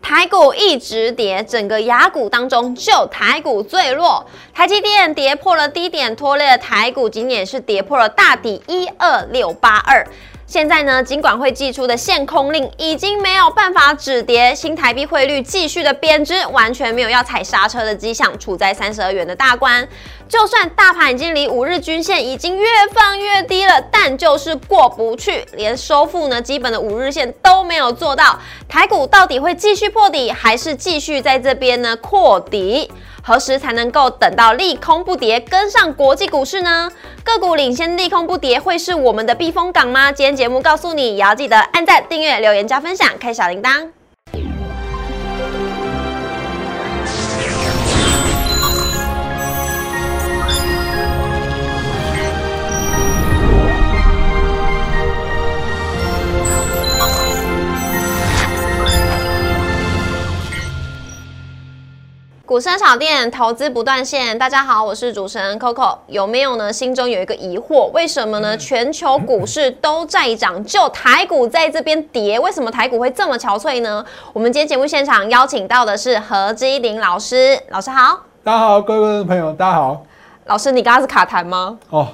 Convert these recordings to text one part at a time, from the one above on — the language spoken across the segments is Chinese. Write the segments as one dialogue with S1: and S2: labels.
S1: 台股一直跌，整个雅股当中就台股最弱。台积电跌破了低点，拖累了台股，仅仅是跌破了大底一二六八二。现在呢，尽管会寄出的限空令已经没有办法止跌，新台币汇率继续的贬值，完全没有要踩刹车的迹象，处在三十二元的大关。就算大盘已经离五日均线已经越放越低了，但就是过不去，连收复呢基本的五日线都没有做到。台股到底会继续破底，还是继续在这边呢扩底？何时才能够等到利空不跌，跟上国际股市呢？个股领先利空不跌，会是我们的避风港吗？今天节目告诉你，也要记得按赞、订阅、留言、加分享，开小铃铛。股市炒店投资不断线，大家好，我是主持人 Coco。有没有呢？心中有一个疑惑，为什么呢？全球股市都在涨，就台股在这边跌，为什么台股会这么憔悴呢？我们今天节目现场邀请到的是何基林老师，老师好，
S2: 大家好，各位观众朋友，大家好。
S1: 老师，你刚刚是卡痰吗？
S2: 哦，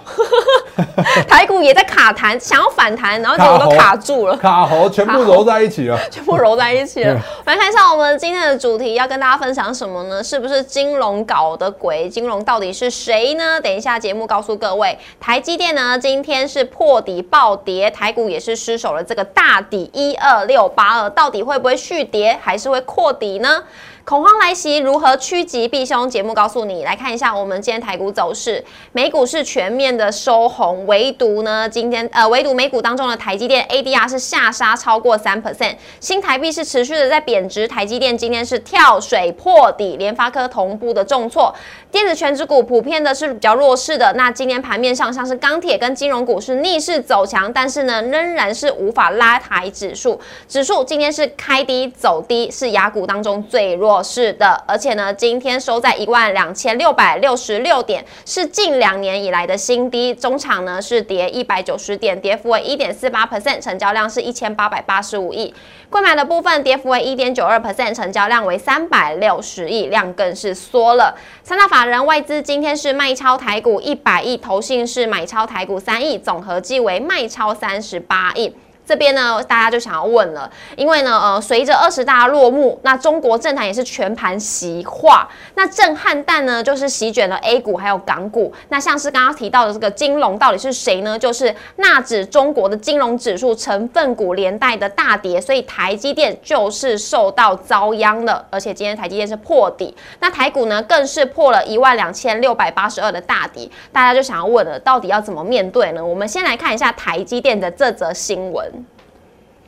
S1: 台股也在卡痰，想要反弹，然后结果都卡住了。
S2: 卡喉全部揉在一起了。
S1: 全部揉在一起了
S2: 对。
S1: 我们来看一下我们今天的主题，要跟大家分享什么呢？是不是金融搞的鬼？金融到底是谁呢？等一下节目告诉各位。台积电呢，今天是破底暴跌，台股也是失守了这个大底一二六八二，到底会不会续跌，还是会扩底呢？恐慌来袭，如何趋吉避凶？节目告诉你，来看一下我们今天台股走势。美股是全面的收红，唯独呢，今天呃，唯独美股当中的台积电 ADR 是下杀超过三 percent，新台币是持续的在贬值，台积电今天是跳水破底，联发科同步的重挫，电子全指股普遍的是比较弱势的。那今天盘面上，像是钢铁跟金融股是逆势走强，但是呢，仍然是无法拉抬指数。指数今天是开低走低，是雅股当中最弱势的，而且呢，今天收在一万两千六百六十六点，是近两年以来的新低。中场呢是跌一百九十点，跌幅为一点四八 percent，成交量是一千八百八十五亿。贵买的部分跌幅为一点九二 percent，成交量为三百六十亿，量更是缩了。三大法人外资今天是卖超台股一百亿，投信是买超台股三亿，总合计为卖超三十八亿。这边呢，大家就想要问了，因为呢，呃，随着二十大落幕，那中国政坛也是全盘席化。那震撼弹呢，就是席卷了 A 股还有港股。那像是刚刚提到的这个金融，到底是谁呢？就是纳指中国的金融指数成分股连带的大跌，所以台积电就是受到遭殃了。而且今天台积电是破底，那台股呢更是破了一万两千六百八十二的大底。大家就想要问了，到底要怎么面对呢？我们先来看一下台积电的这则新闻。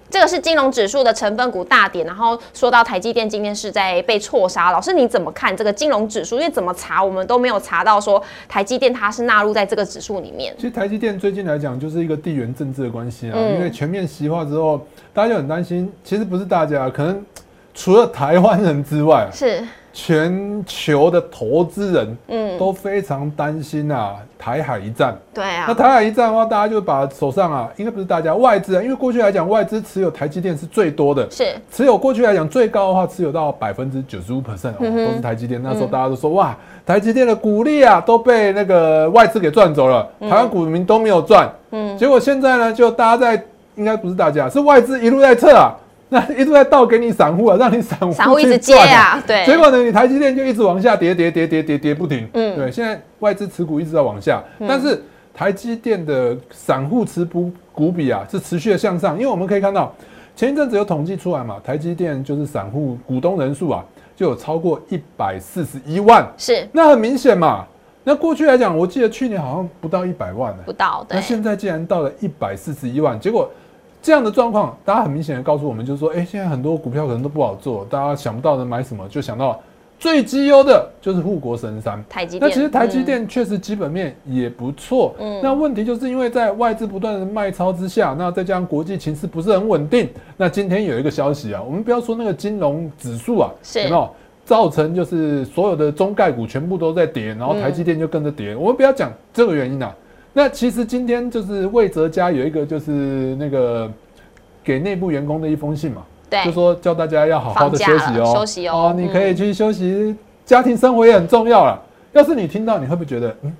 S1: 这个是金融指数的成分股大跌，然后说到台积电今天是在被错杀，老师你怎么看这个金融指数？因为怎么查我们都没有查到说台积电它是纳入在这个指数里面。
S2: 其实台积电最近来讲，就是一个地缘政治的关系啊，
S1: 嗯
S2: 因为全面西化之后，大家就很担心。其实不是大家，可能除了台湾人之外，
S1: 是，
S2: 全球的投资人
S1: 嗯，
S2: 都非常担心啊，台海一战。
S1: 对
S2: 那
S1: 啊，
S2: 台海一战的话，大家就把手上啊，应该不是大家外资啊，因为过去来讲，外资持有台积电是最多的，
S1: 是，
S2: 持有过去来讲最高的话，持有到百分之九十五 percent 哦
S1: 嗯哼
S2: 都是台积电。那时候大家都说、哇，台积电的股利啊都被那个外资给赚走了，台湾股民都没有赚。
S1: 嗯，
S2: 结果现在呢，就大家在应该不是大家，是外资一路在撤啊，那一路在倒给你散户啊，让你散户
S1: 散户一
S2: 去
S1: 直接
S2: 赚
S1: 啊，对，
S2: 结果呢，你台积电就一直往下跌，跌，跌，跌，跌，跌不停。
S1: 嗯
S2: 嗯，对，现在外资持股一直在往下，但是台积电的散户持股股比啊是持续的向上，因为我们可以看到前一阵子有统计出来嘛，台积电就是散户股东人数啊就有超过一百四十一万，
S1: 是
S2: 那很明显嘛。那过去来讲，我记得去年好像不到一百万呢、
S1: 不到，
S2: 那
S1: 对，
S2: 现在竟然到了一百四十一万，结果这样的状况，大家很明显的告诉我们，就是说，哎、现在很多股票可能都不好做，大家想不到能买什么，就想到最绩优的就是护国神山。
S1: 台积
S2: 那
S1: 电，
S2: 其实台积
S1: 嗯
S2: 电确实基本面也不错，
S1: 嗯
S2: 那问题就是因为在外资不断的卖超之下，那再加上国际情势不是很稳定，那今天有一个消息啊，我们不要说那个金融指数啊，
S1: 是
S2: 有没有造成就是所有的中概股全部都在跌，然后
S1: 嗯
S2: 台积电就跟着跌，我们不要讲这个原因啊。那其实今天就是魏哲家有一个就是那个给内部员工的一封信嘛，
S1: 嗯对
S2: 就说叫大家要好好的休
S1: 放
S2: 息
S1: 假
S2: 哦
S1: 了，休息哦嗯
S2: 你可以去休息，家庭生活也很重要啦。要是你听到，你会不会觉得，嗯，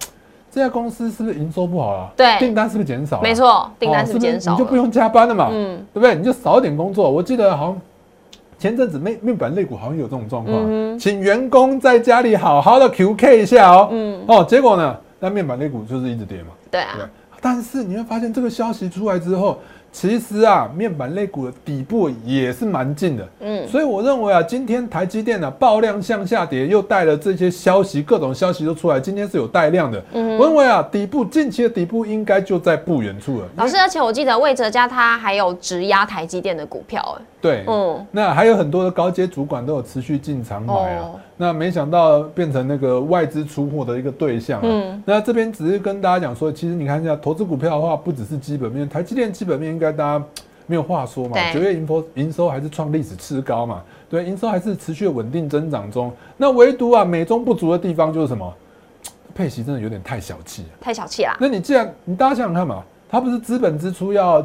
S2: 这家公司是不是营收不好啊？
S1: 对
S2: 订单是不是减少啊？
S1: 没错，订单
S2: 哦
S1: 是减少
S2: 你就不
S1: 了。
S2: 用加班了嘛，
S1: 嗯
S2: 对不对？你就少一点工作。我记得好像前阵子面面板类股好像有这种状况，啊
S1: 嗯
S2: 请员工在家里好好的 QK 一下哦。
S1: 嗯，
S2: 哦，结果呢，那面板类股就是一直跌嘛。
S1: 对
S2: 对
S1: 啊，，
S2: 但是你会发现这个消息出来之后，其实啊，面板类股的底部也是蛮近的。
S1: 嗯，
S2: 所以我认为啊，今天台积电呢、啊、爆量向下跌，又带了这些消息，各种消息都出来，今天是有带量的。
S1: 嗯
S2: 我认为啊，底部近期的底部应该就在不远处了。
S1: 老师，而且我记得魏哲家他还有质押台积电的股票，哎，
S2: 对，
S1: 嗯，
S2: 那还有很多的高阶主管都有持续进场买啊，
S1: 哦
S2: 那没想到变成那个外资出货的一个对象、啊。
S1: 嗯
S2: 那这边只是跟大家讲说，其实你看一下投资股票的话，不只是基本面，台积电基本面应该大家没有话说嘛，九
S1: 对
S2: 月营收营收还是创历史次高嘛，对，营收还是持续稳定增长中。那唯独啊美中不足的地方就是什么？配息真的有点太小气了。
S1: 太小气啦，
S2: 那你既然你大家想想看嘛，它不是资本支出要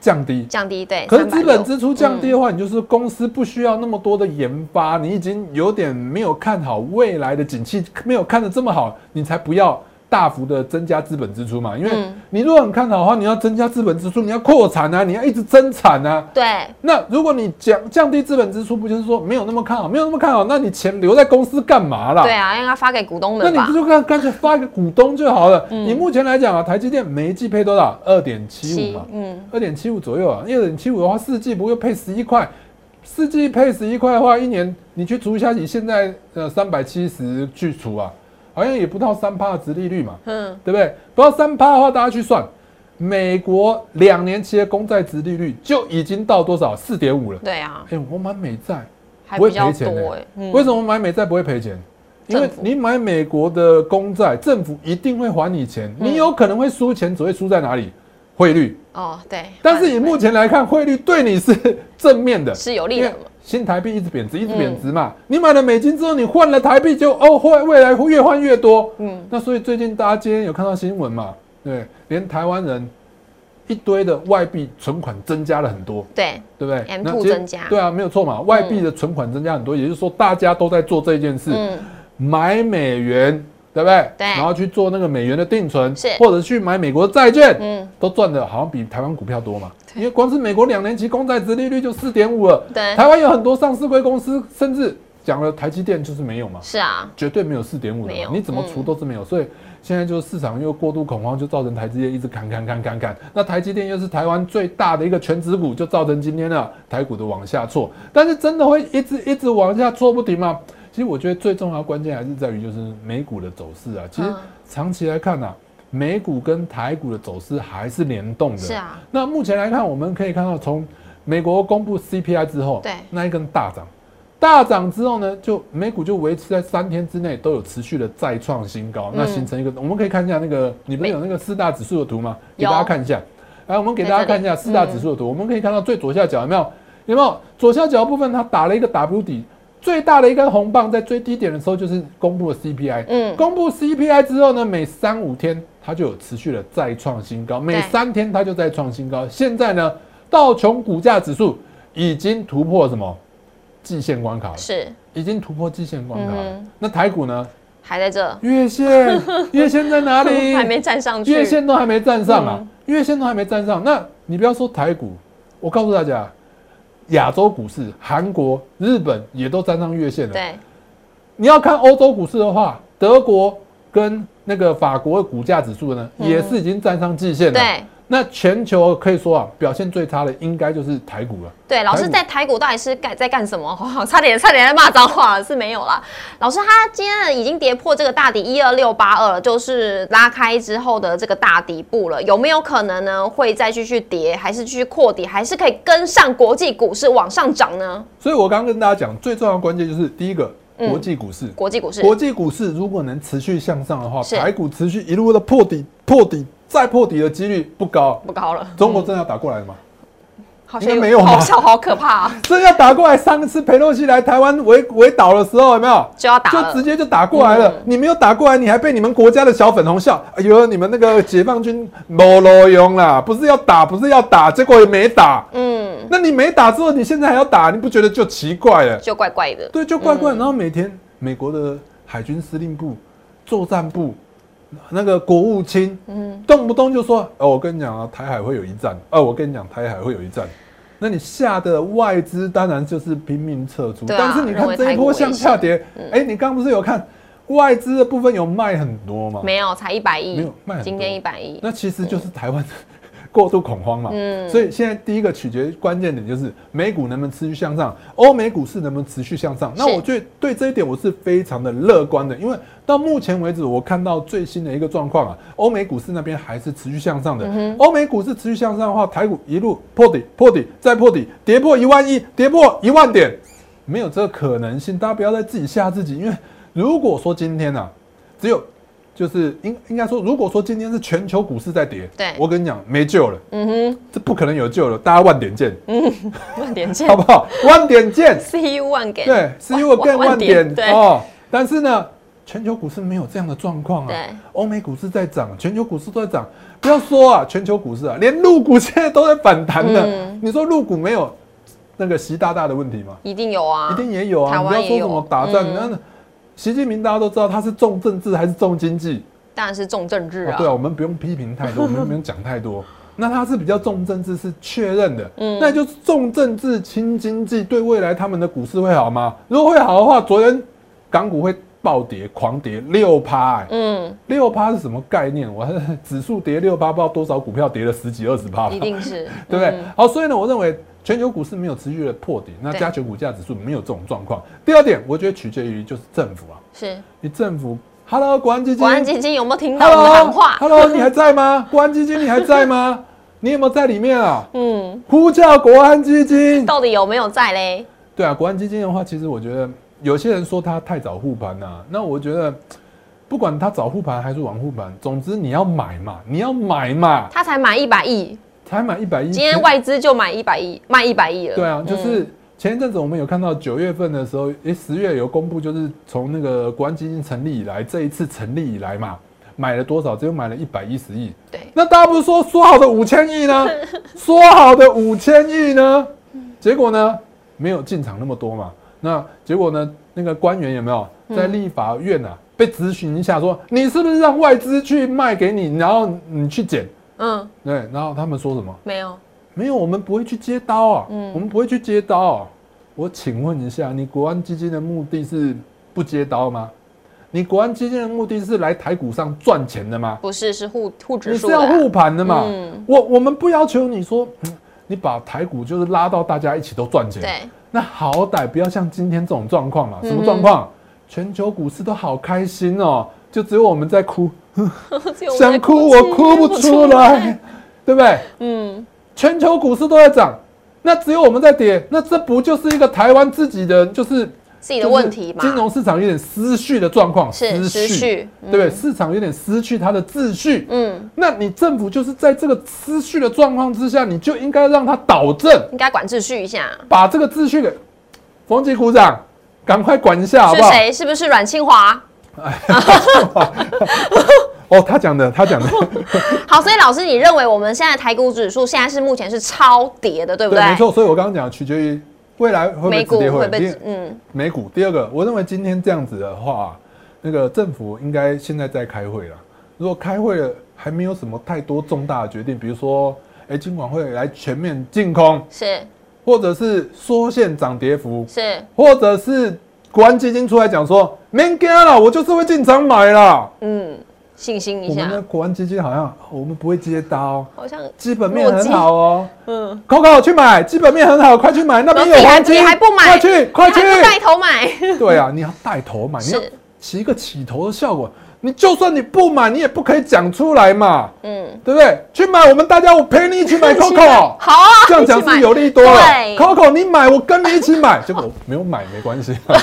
S2: 降低，
S1: 降低对，
S2: 可是资本
S1: 360
S2: 支出降低的话，你就是公司不需要那么多的研发，你已经有点没有看好未来的景气，没有看得这么好，你才不要大幅的增加资本支出嘛。因为
S1: 嗯
S2: 你如果很看好的话，你要增加资本支出，你要扩产啊，你要一直增产啊。
S1: 对，
S2: 那如果你降降低资本支出，不就是说没有那么看好，没有那么看好，那你钱留在公司干嘛啦？
S1: 对啊，应该发给股东
S2: 那
S1: 们
S2: 你
S1: 吧
S2: 不，就干干脆发给股东就好了。你目前来讲啊，台积电每一季配多少？二点七五嘛。
S1: 嗯，
S2: 二点七五左右啊，二点七五的话，四季不会配十一块，四季配十一块的话，一年你去除一下，你现在呃三百七十去除啊，好像也不到三帕值利率嘛，
S1: 嗯，
S2: 对不对？不到三帕的话，大家去算，美国两年期的公债值利率就已经到多少？四点五了。
S1: 对啊，
S2: 哎、我买美债
S1: 还
S2: 不会
S1: 比较
S2: 赔钱欸
S1: 多
S2: 的、
S1: 哎，嗯
S2: 为什么买美债不会赔钱？因为
S1: 政府
S2: 你买美国的公债，政府一定会还你钱，
S1: 嗯
S2: 你有可能会输钱，只会输在哪里？汇率。
S1: 哦，对，
S2: 但是以目前来看，汇率对你是正面的，
S1: 是有利
S2: 因为
S1: 的嘛，
S2: 新台币一直贬值，一直贬值
S1: 嗯
S2: 嘛。你买了美金之后，你换了台币就哦，会未来会越换越多。
S1: 嗯，
S2: 那所以最近大家今天有看到新闻嘛？对，连台湾人一堆的外币存款增加了很多，
S1: 对，
S2: 对不对
S1: M2
S2: 那其实
S1: 增加嗯
S2: 对啊，没有错嘛，外币的存款增加很多，也就是说大家都在做这件事，
S1: 嗯，
S2: 买美元，对不对？
S1: 对
S2: 然后去做那个美元的定存，
S1: 是
S2: 或者去买美国债券，
S1: 嗯，
S2: 都赚的好像比台湾股票多嘛，因为光是美国两年期公债殖利率就四点五了，
S1: 对，
S2: 台湾有很多上市贵公司，甚至讲了台积电就是没有嘛，
S1: 是啊，
S2: 绝对没有四点五的
S1: 没有，
S2: 嘛你怎么除
S1: 嗯
S2: 都是没有，所以现在就是市场又过度恐慌，就造成台积电一直砍砍砍砍砍，那台积电又是台湾最大的一个全指股，就造成今天的台股的往下挫，但是真的会一直一直往下挫不停吗？其实我觉得最重要的关键还是在于就是美股的走势啊，其实
S1: 嗯
S2: 长期来看啊，美股跟台股的走势还是联动的，
S1: 是啊，
S2: 那目前来看，我们可以看到，从美国公布 CPI 之后，
S1: 对
S2: 那一根大涨，大涨之后呢，就美股就维持在三天之内都有持续的再创新高，那
S1: 嗯
S2: 形成一个，我们可以看一下那个，你不是有那个四大指数的图吗？给
S1: 有嗯
S2: 大家看一下，来，我们给大家看一下
S1: 在这里
S2: 四大指数的图，我们可以看到最左下角有没有？有没有左下角的部分它打了一个 W 底，最大的一根红棒在最低点的时候就是公布了 CPI，
S1: 嗯，
S2: 公布 CPI 之后呢，每三五天它就有持续的再创新高，每三天它就再创新高。现在呢，道琼股价指数已经突破什么季线关卡了，
S1: 是
S2: 已经突破季线关卡了。
S1: 嗯
S2: 那台股呢？
S1: 还在这，
S2: 月线，月线在哪里？
S1: 还没站上去，
S2: 月线都还没站上啊
S1: 嗯，
S2: 月线都还没站上。那你不要说台股，我告诉大家，亚洲股市、韩国、日本也都站上月线了。
S1: 对，
S2: 你要看欧洲股市的话，德国跟那个法国的股价指数呢，
S1: 嗯
S2: 也是已经站上季线了。，
S1: 对。
S2: 那全球可以说啊，表现最差的应该就是台股了。
S1: 对，老师
S2: 台股
S1: 在台股到底是干在干什么？ 差点差点在骂脏话了，是没有啦。老师他今天已经跌破这个大底一二六八二了，就是拉开之后的这个大底部了，有没有可能呢会再继续跌，还是继续扩底，还是可以跟上国际股市往上涨呢？
S2: 所以我刚刚跟大家讲，最重要的关键就是第一个，
S1: 嗯
S2: 国际股市。
S1: 国际股市，
S2: 国际股市如果能持续向上的话，
S1: 是
S2: 台股持续一路的破底、破底再破底的几率不高。
S1: 不高了，
S2: 中国真的要打过来吗？
S1: 好
S2: 应
S1: 像
S2: 该没有吧
S1: 好笑，好可怕、 啊，
S2: 真要打过来，上次佩洛西来台湾围围岛的时候，有没有？
S1: 就要打
S2: 就
S1: 了，
S2: 直接就打过来了。
S1: 嗯
S2: 你没有打过来，你还被你们国家的小粉红笑。哎呦，你们那个解放军没路用啦，不是要打，不是要打，结果也没打。
S1: 嗯，
S2: 那你没打之后，你现在还要打，你不觉得就奇怪了？
S1: 就怪怪的。
S2: 对，就怪
S1: 嗯
S2: 怪。然后每天美国的海军司令部、作战部、那个国务卿，嗯，动不动就说，哦，我跟你讲啊，台海会有一战，哦，我跟你讲，台海会有一战。那你吓得外资当然就是拼命撤出，
S1: 对啊
S2: 但是你看这一波向下跌，
S1: 嗯
S2: 哎、你刚不是有看外资的部分有卖很多吗？
S1: 没有，才一百
S2: 没
S1: 亿
S2: 有卖很，多
S1: 今天一百 亿，
S2: 那其实就是台湾 过度恐慌嘛。
S1: 嗯
S2: 所以现在第一个取决关键点就是美股能不能持续向上，欧美股市能不能持续向上。那
S1: 是
S2: 我觉得对这一点我是非常的乐观的，因为到目前为止我看到最新的一个状况啊，欧美股市那边还是持续向
S1: 嗯
S2: 上的。欧、美股市持续向上的话，台股一路破底、破底再破底，跌破一万一，跌破一万点，没有这个可能性。大家不要再自己吓自己，因为如果说今天啊，只有就是应应该说，如果说今天是全球股市在跌，
S1: 对
S2: 我跟你讲没救了，
S1: 嗯哼，
S2: 这不可能有救了，大家万点见，
S1: 万点见
S2: 好不好？万点见，
S1: ，CU 万给，
S2: 对，是因为更万点
S1: 对，
S2: 哦。但是呢，全球股市没有这样的状况啊
S1: 对，
S2: 欧美股市在涨，全球股市都在涨，不要说啊，全球股市啊，连陆股现在都在反弹呢。
S1: 嗯
S2: 你说陆股没有那个习大大的问题吗？
S1: 一定有啊，
S2: 一定也有啊，
S1: 台
S2: 你不
S1: 湾
S2: 要
S1: 也
S2: 说什
S1: 有
S2: 么打仗，
S1: 嗯
S2: 那习近平大家都知道他是重政治还是重经济。
S1: 当然是重政治
S2: 哦
S1: 啊，
S2: 对啊，我们不用批评太多，我们不用讲太 多。那他是比较重政治，是确认的。
S1: 嗯
S2: 那就是重政治轻经济，对未来他们的股市会好吗？如果会好的话，昨天港股会暴跌、狂跌六趴，哎
S1: 嗯，
S2: 六趴是什么概念？我还指数跌六趴，不知道多少股票跌了十几、二十趴吧，
S1: 一
S2: 对
S1: 定是，
S2: 不 对？好，所以呢，我认为全球股市没有持续的破底，那
S1: 嗯对
S2: 加权股价指数没有这种状况。第二点，我觉得取决于就是政府啊，
S1: 是。
S2: 你政府，Hello，国安基金，
S1: 国安基金有没有听到我们的喊
S2: Hello，
S1: 话？
S2: Hello，你还在吗？国安基金，你还在吗？ 你有没有在里面啊？
S1: 嗯，
S2: 呼叫国安基金。
S1: 到底有没有在嘞？
S2: 对啊，国安基金的话，其实我觉得有些人说它太早护盘呐，那我觉得不管它早护盘还是晚护盘，总之你要买嘛，你要买嘛，
S1: 他才买一百亿，
S2: 才买一百一。
S1: 今天外资就买一百亿，卖一百亿了。
S2: 对啊，就
S1: 嗯
S2: 是前一阵子我们有看到九月份的时候，诶，十月有公布，就是从那个国安基金成立以来，这一次成立以来嘛，买了多少？只有买了一百一十亿。
S1: 对，
S2: 那大家不是说说好的五千 亿呢？说好的五千亿呢？
S1: 嗯
S2: 结果呢，没有进场那么多嘛。那结果呢，那个官员有没有
S1: 嗯
S2: 在立法院啊、被咨询一下说，你是不是让外资去卖给你，然后你去捡？
S1: 嗯，
S2: 对，然后他们说什么？
S1: 没有，
S2: 没有，我们不会去接刀啊，
S1: 嗯
S2: 我们不会去接刀、啊。我请问一下，你国安基金的目的是不接刀吗？你国安基金的目的是来台股上赚钱的吗？
S1: 不是，是沪沪指
S2: 你
S1: 数
S2: 是
S1: 的
S2: 要
S1: 啊。
S2: 护盘的嘛？
S1: 嗯
S2: 我我们不要求你说，嗯你把台股就是拉到大家一起都赚钱，
S1: 对，
S2: 那好歹不要像今天这种状况嘛。什
S1: 嗯
S2: 么
S1: 哼
S2: 状况？全球股市都好开心哦，就只有我们在哭，
S1: 只有 我在
S2: 想哭我哭不出。来，对不对？
S1: 嗯，
S2: 全球股市都在涨，那只有我们在跌，那这不就是一个台湾自己的就是
S1: 自己的问题嘛。
S2: 就是金融市场有点失序的状况，
S1: 是失序
S2: 对不对？市场有点失去它的秩序，
S1: 嗯，
S2: 那你政府就是在这个失序的状况之下，你就应该让它导正，
S1: 应该管秩序一下。
S2: 把这个秩序给。冯吉鼓掌，赶快管一下好
S1: 是
S2: 不好？
S1: 谁？是不是阮清华？
S2: 哦，他讲的，他讲 的，
S1: 好，所以老师，你认为我们现在台股指数现在是目前是超跌的，对不
S2: 对，没错。所以我刚刚讲，取决于未来会不会
S1: 美
S2: 直
S1: 股
S2: 跌
S1: 会
S2: 会
S1: 被
S2: 跌。
S1: 嗯
S2: 美股。第二个，我认为今天这样子的话，那个政府应该现在在开会了。如果开会了还没有什么太多重大的决定，比如说，哎、金管会来全面净空，
S1: 是
S2: 或者是缩限涨跌幅，
S1: 是
S2: 或者是国安基金出来讲说，没干了，我就是会进场买啦。
S1: 嗯信心一
S2: 我们
S1: 下
S2: 的，国安基金好像我们不会接刀，
S1: 好像
S2: 基本面
S1: 弱
S2: 很
S1: 鸡
S2: 好哦。
S1: 嗯，
S2: Coco 去买，基本面很好，快去买，那边有
S1: 你还
S2: 黄金，
S1: 你还不买，
S2: 快去快去，
S1: 你还不带头买，
S2: 对啊，你要带头买，你要
S1: 是
S2: 起一个起头的效果。你就算你不买，你也不可以讲出来嘛，
S1: 嗯，
S2: 对不对？去买，我们大家我陪你一起买 Coco，
S1: 好啊，
S2: 这样讲
S1: 一起买
S2: 是有利多了
S1: 对。
S2: Coco，你买，我跟你一起买。结果我没有买 没关系，是不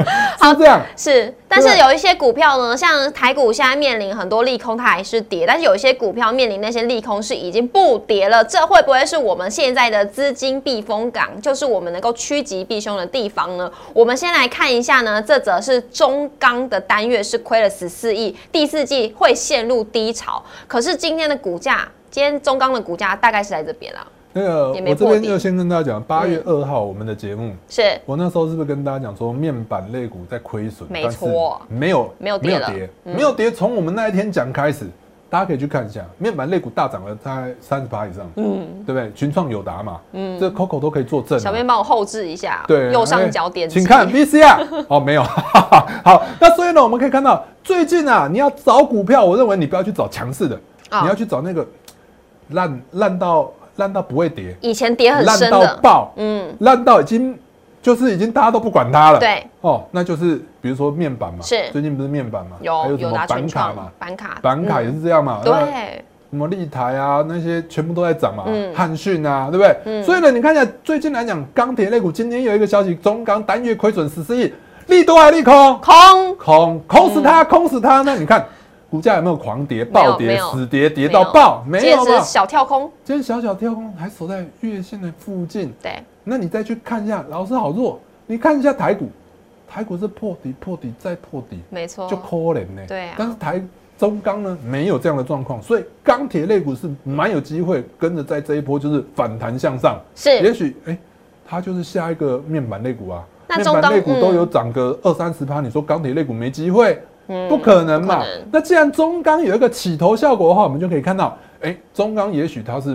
S2: 是这样。
S1: 是，但是
S2: 对
S1: 有一些股票呢，像台股现在面临很多利空，它还是跌；但是有一些股票面临那些利空是已经不跌了，这会不会是我们现在的资金避风港，就是我们能够趋吉避凶的地方呢？我们先来看一下呢，这则是中钢的单月是亏了十四亿，第四季会陷入低潮，可是今天的股价，今天中钢的股价大概是在这边啦，啊
S2: 那个
S1: 也没
S2: 我这
S1: 破
S2: 边
S1: 底嗯
S2: 就先跟大家讲，八月二号我们的节目，
S1: 是
S2: 我那时候是不是跟大家讲说面板类股在亏损？
S1: 没
S2: 但是
S1: 错
S2: 没有
S1: 没有跌了嗯
S2: 没有跌。从我们那一天讲开始，大家可以去看一下，面板类股大涨了大概三十趴以上，嗯，对不对？群创、友达嘛，嗯，这 Coco 都可以作证啊。
S1: 小编帮我后置一下，
S2: 对，啊哎
S1: 右上角点击，
S2: 请看 VCR 哦，没有，哈哈好，那所以呢，我们可以看到最近啊，你要找股票，我认为你不要去找强势的，
S1: 哦
S2: 你要去找那个烂烂到烂到不会跌，
S1: 以前跌很
S2: 烂
S1: 深
S2: 到
S1: 的，
S2: 爆，
S1: 嗯，
S2: 烂到已经就是已经大家都不管它了。
S1: 对，
S2: 哦，那就是比如说面板嘛，
S1: 是
S2: 最近不是面板嘛，还
S1: 有
S2: 有什么
S1: 达
S2: 板
S1: 全
S2: 卡
S1: 创
S2: 嘛，，
S1: 板卡，
S2: 板卡
S1: 嗯
S2: 也是这样嘛，那
S1: 对，
S2: 什么立台啊那些全部都在涨嘛
S1: 嗯，
S2: 汉讯啊，对不对？所以呢，你看一下最近来讲，钢铁类股今天有一个消息，中钢单月亏损十四亿，利多还利空？
S1: 空
S2: 空空死它，空死它。那你看股价有没有狂跌、
S1: 嗯
S2: 暴
S1: 没
S2: 跌、
S1: 有
S2: 死跌、跌
S1: 没
S2: 到
S1: 有
S2: 爆？没有
S1: 戒指
S2: 嘛？
S1: 小跳空，
S2: 今天小小跳空还守在月线的附近，
S1: 对，
S2: 那你再去看一下，老师好弱，你看一下台股，台股是破底、破底再破底，
S1: 没错
S2: 就，可怜呢。
S1: 哦对啊
S2: 但是台中钢呢没有这样的状况，所以钢铁类股是蛮有机会跟着在这一波就是反弹向上，也
S1: 是
S2: 许哎、它就是下一个面板类股啊。
S1: 那
S2: 面
S1: 中钢
S2: 板类股都有涨个二三十趴，你说钢铁类股没机会？
S1: 嗯
S2: 不可能嘛
S1: 不可能！
S2: 那既然中钢有一个起头效果的话，我们就可以看到，哎，中钢也许它是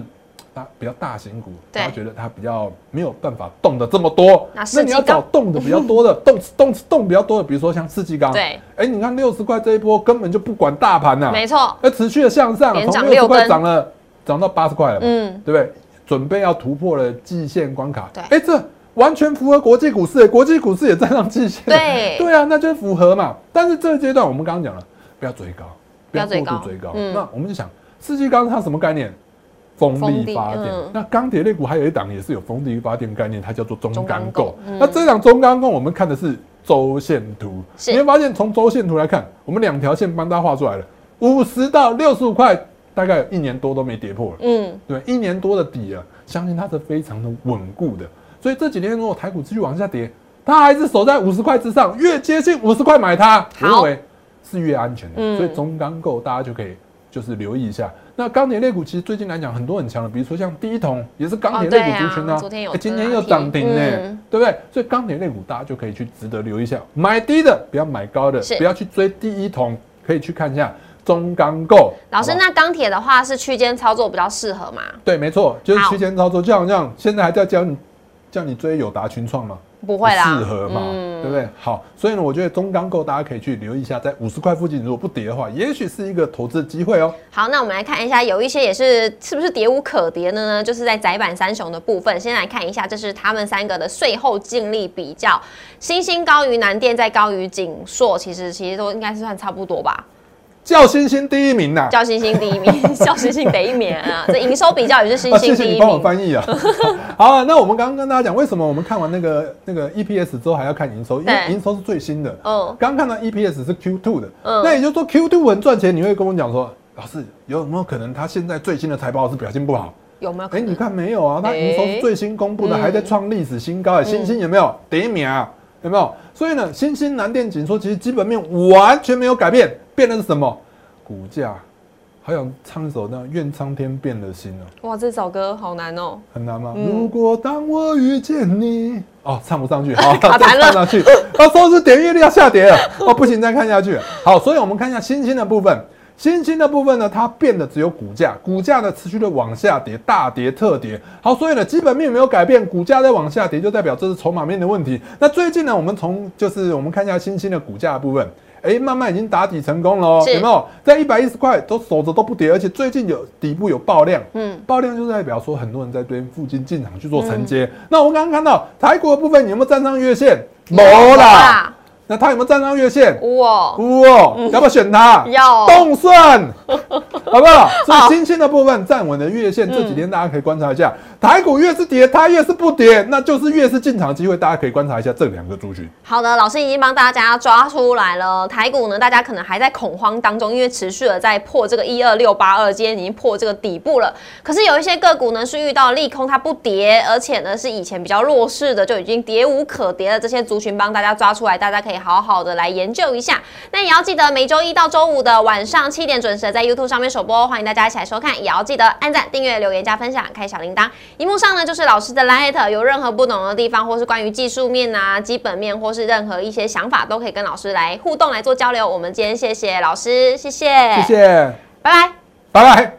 S2: 它比较大型股，
S1: 对
S2: 大家觉得它比较没有办法动的这么多
S1: 那，世纪
S2: 那你要找
S1: 钢
S2: 动的比较 多的，动动动比较多的，比如说像世纪钢，
S1: 对，
S2: 哎，你看六十块这一波根本就不管大盘呐，
S1: 没错，
S2: 那持续的向上，
S1: 连涨
S2: 从
S1: 六
S2: 六十块
S1: 根
S2: 涨了涨到八十块了嘛，
S1: 嗯，
S2: 对不对？准备要突破了季线关卡，
S1: 对
S2: 哎，这完全符合国际股市，国际股市也站上季线，
S1: 对
S2: 对啊，那就符合嘛。但是这个阶段我们刚刚讲了，不要追高，
S1: 不要追
S2: 过度
S1: 高
S2: 追高。
S1: 嗯
S2: 那我们就想，世纪钢它什么概念？风
S1: 风
S2: 力
S1: 力
S2: 发电。
S1: 嗯
S2: 那钢铁类股还有一档也是有风力发电概念，它叫做中
S1: 中钢
S2: 钢构
S1: 构。嗯
S2: 那这档中钢构我们看的是周线图，
S1: 是
S2: 你会发现从周线图来看，我们两条线帮大家画出来了，五十到六十五块，大概有一年多都没跌破了。
S1: 嗯，
S2: 对，一年多的底了，相信它是非常的稳固的。所以这几天如果台股继续往下跌，它还是守在五十块之上，越接近五十块买它，我认为是越安全的。
S1: 嗯
S2: 所以中钢构大家就可以就是留意一下。那钢铁类股其实最近来讲很多很强的，比如说像第一桶也是钢铁类股族群
S1: 哦对啊昨天有
S2: 诶今天
S1: 跟
S2: 又涨停呢、
S1: 嗯
S2: 对不对？所以钢铁类股大家就可以去值得留意一下，买低的不要买高的
S1: 是，
S2: 不要去追第一桶，可以去看一下中钢构。
S1: 老师，
S2: 好不好
S1: 那钢铁的话是区间操作比较适合吗？
S2: 对，没错，就是
S1: 好
S2: 区间操作，就好像现在还在教你叫你追友达群创嘛，
S1: 不会啦，
S2: 不适合嘛，
S1: 嗯
S2: 对不对？好，所以呢，我觉得中钢构大家可以去留意一下，在五十块附近，如果不跌的话，也许是一个投资机会哦。
S1: 好，那我们来看一下，有一些也是是不是跌无可跌的呢？就是在窄板三雄的部分，先来看一下，这是他们三个的税后净利比较，星星高于南电，再高于景硕，其实其实都应该是算差不多吧。
S2: 叫星星第一名呐、
S1: 叫星星第一 名，叫星星得一名啊，这营收比较也是星
S2: 啊，
S1: 星
S2: 谢谢
S1: 第
S2: 你
S1: 一
S2: 帮我
S1: 名。
S2: 翻译啊。 好啊，那我们刚刚跟大家讲，为什么我们看完那个那个 EPS 之后还要看营收？因为
S1: 对
S2: 营收是最新的。
S1: 嗯
S2: 刚看到 EPS 是 Q2 的，
S1: 嗯
S2: 那也就是说 Q2 很赚钱，你会跟我讲说，老师有没有可能它现在最新的财报是表现不好？
S1: 有没有可
S2: 哎、
S1: 能？
S2: 你看没有啊？它营收是最新公布的，
S1: 哎
S2: 还在创历史新
S1: 嗯
S2: 高、哎，星星有没有第一名啊？有没有？所以呢，新兴南电紧缩其实基本面完全没有改变，变的是什么？股价。好想唱一首那《愿苍天变了心》哦，
S1: 哇，这首歌好难哦、
S2: 很难吗？
S1: 嗯
S2: 如果当我遇见你，哦，唱不上 去，好，
S1: 卡
S2: 再
S1: 痰了
S2: 唱上去，啊，收视点阅率要下跌了，哦，不行，再看下去，好，所以我们看一下新兴的部分，新兴的部分呢，它变的只有股价，股价呢持续的往下跌，大跌特跌，好，所以呢，基本面没有改变，股价在往下跌，就代表这是筹码面的问题。那最近呢，我们从就是我们看一下新兴的股价的部分。哎，慢慢已经打底成功了哦，
S1: 是
S2: 有没有？在一百一十块都守着都不跌，而且最近有底部有爆量，
S1: 嗯，
S2: 爆量就代表说很多人在这边附近进场去做承接。那我们刚刚看到台股的部分，你有没有站上月线？没
S1: 嗯有啊
S2: 啦。
S1: 啦，
S2: 那它有没有站上月线？
S1: 哇，
S2: 呜哦，要不要选它？
S1: 要
S2: 动算，好不好？所以新兴的部分站稳的月线，这几
S1: 嗯
S2: 天大家可以观察一下。台股越是跌，它越是不跌，那就是越是进场机会。大家可以观察一下这两个族群。
S1: 好的，老师已经帮大家抓出来了。台股呢，大家可能还在恐慌当中，因为持续的在破这个一二六八二，今天已经破这个底部了。可是有一些个股呢是遇到利空，它不跌，而且呢是以前比较弱势的，就已经跌无可跌了。这些族群帮大家抓出来，大家可以好好的来研究一下。那也要记得每周一到周五的晚上七点准时地在 YouTube 上面首播，欢迎大家一起来收看，也要记得按赞、订阅、留言、加分享、开小铃铛。荧幕上呢就是老师的 l i g h 有任何不懂的地方，或是关于技术面啊、基本面，或是任何一些想法，都可以跟老师来互动来做交流。我们今天谢谢老师，谢谢，
S2: 谢，谢，
S1: 拜拜。
S2: 拜拜。